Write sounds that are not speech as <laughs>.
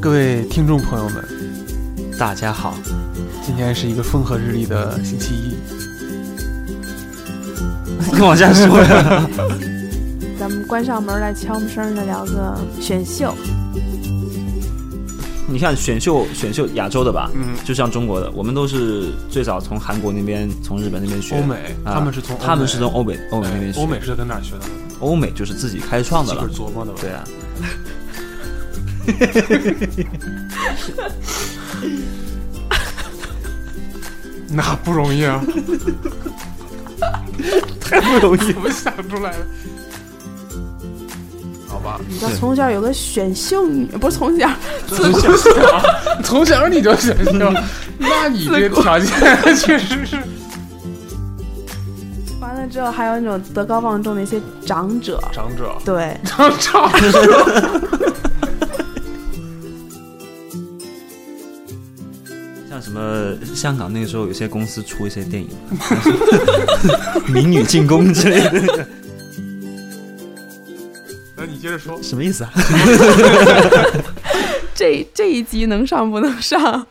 各位听众朋友们，大 <laughs> 家好，今天是一个风和日丽的星期一。往下说 <laughs> 呀。咱们关上门来悄无声的聊个选秀，你看选秀，选秀亚洲的吧，嗯，就像中国的，我们都是最早从韩国那边、从日本那边学。欧美，啊他们是从他们是从欧美欧美那边哎学。欧美是跟哪儿学的？欧美就是自己开创的自个了儿。琢磨的吧？对啊，那不容 <laughs> 易啊，太不容易怎。么想出来的？好吧，你知道从小有个选秀女，不是从小， <laughs> 从小从小你就选 <laughs> 秀，那你这条件确实是。完了之后还有那种德高望重的一些长者，长者，对，长长 <laughs> 像什么香港那个时候，有些公司出一些电影， <laughs> 民女进宫之类 <laughs> 的，那你接着说，什么意思啊？这这一集能上不能上？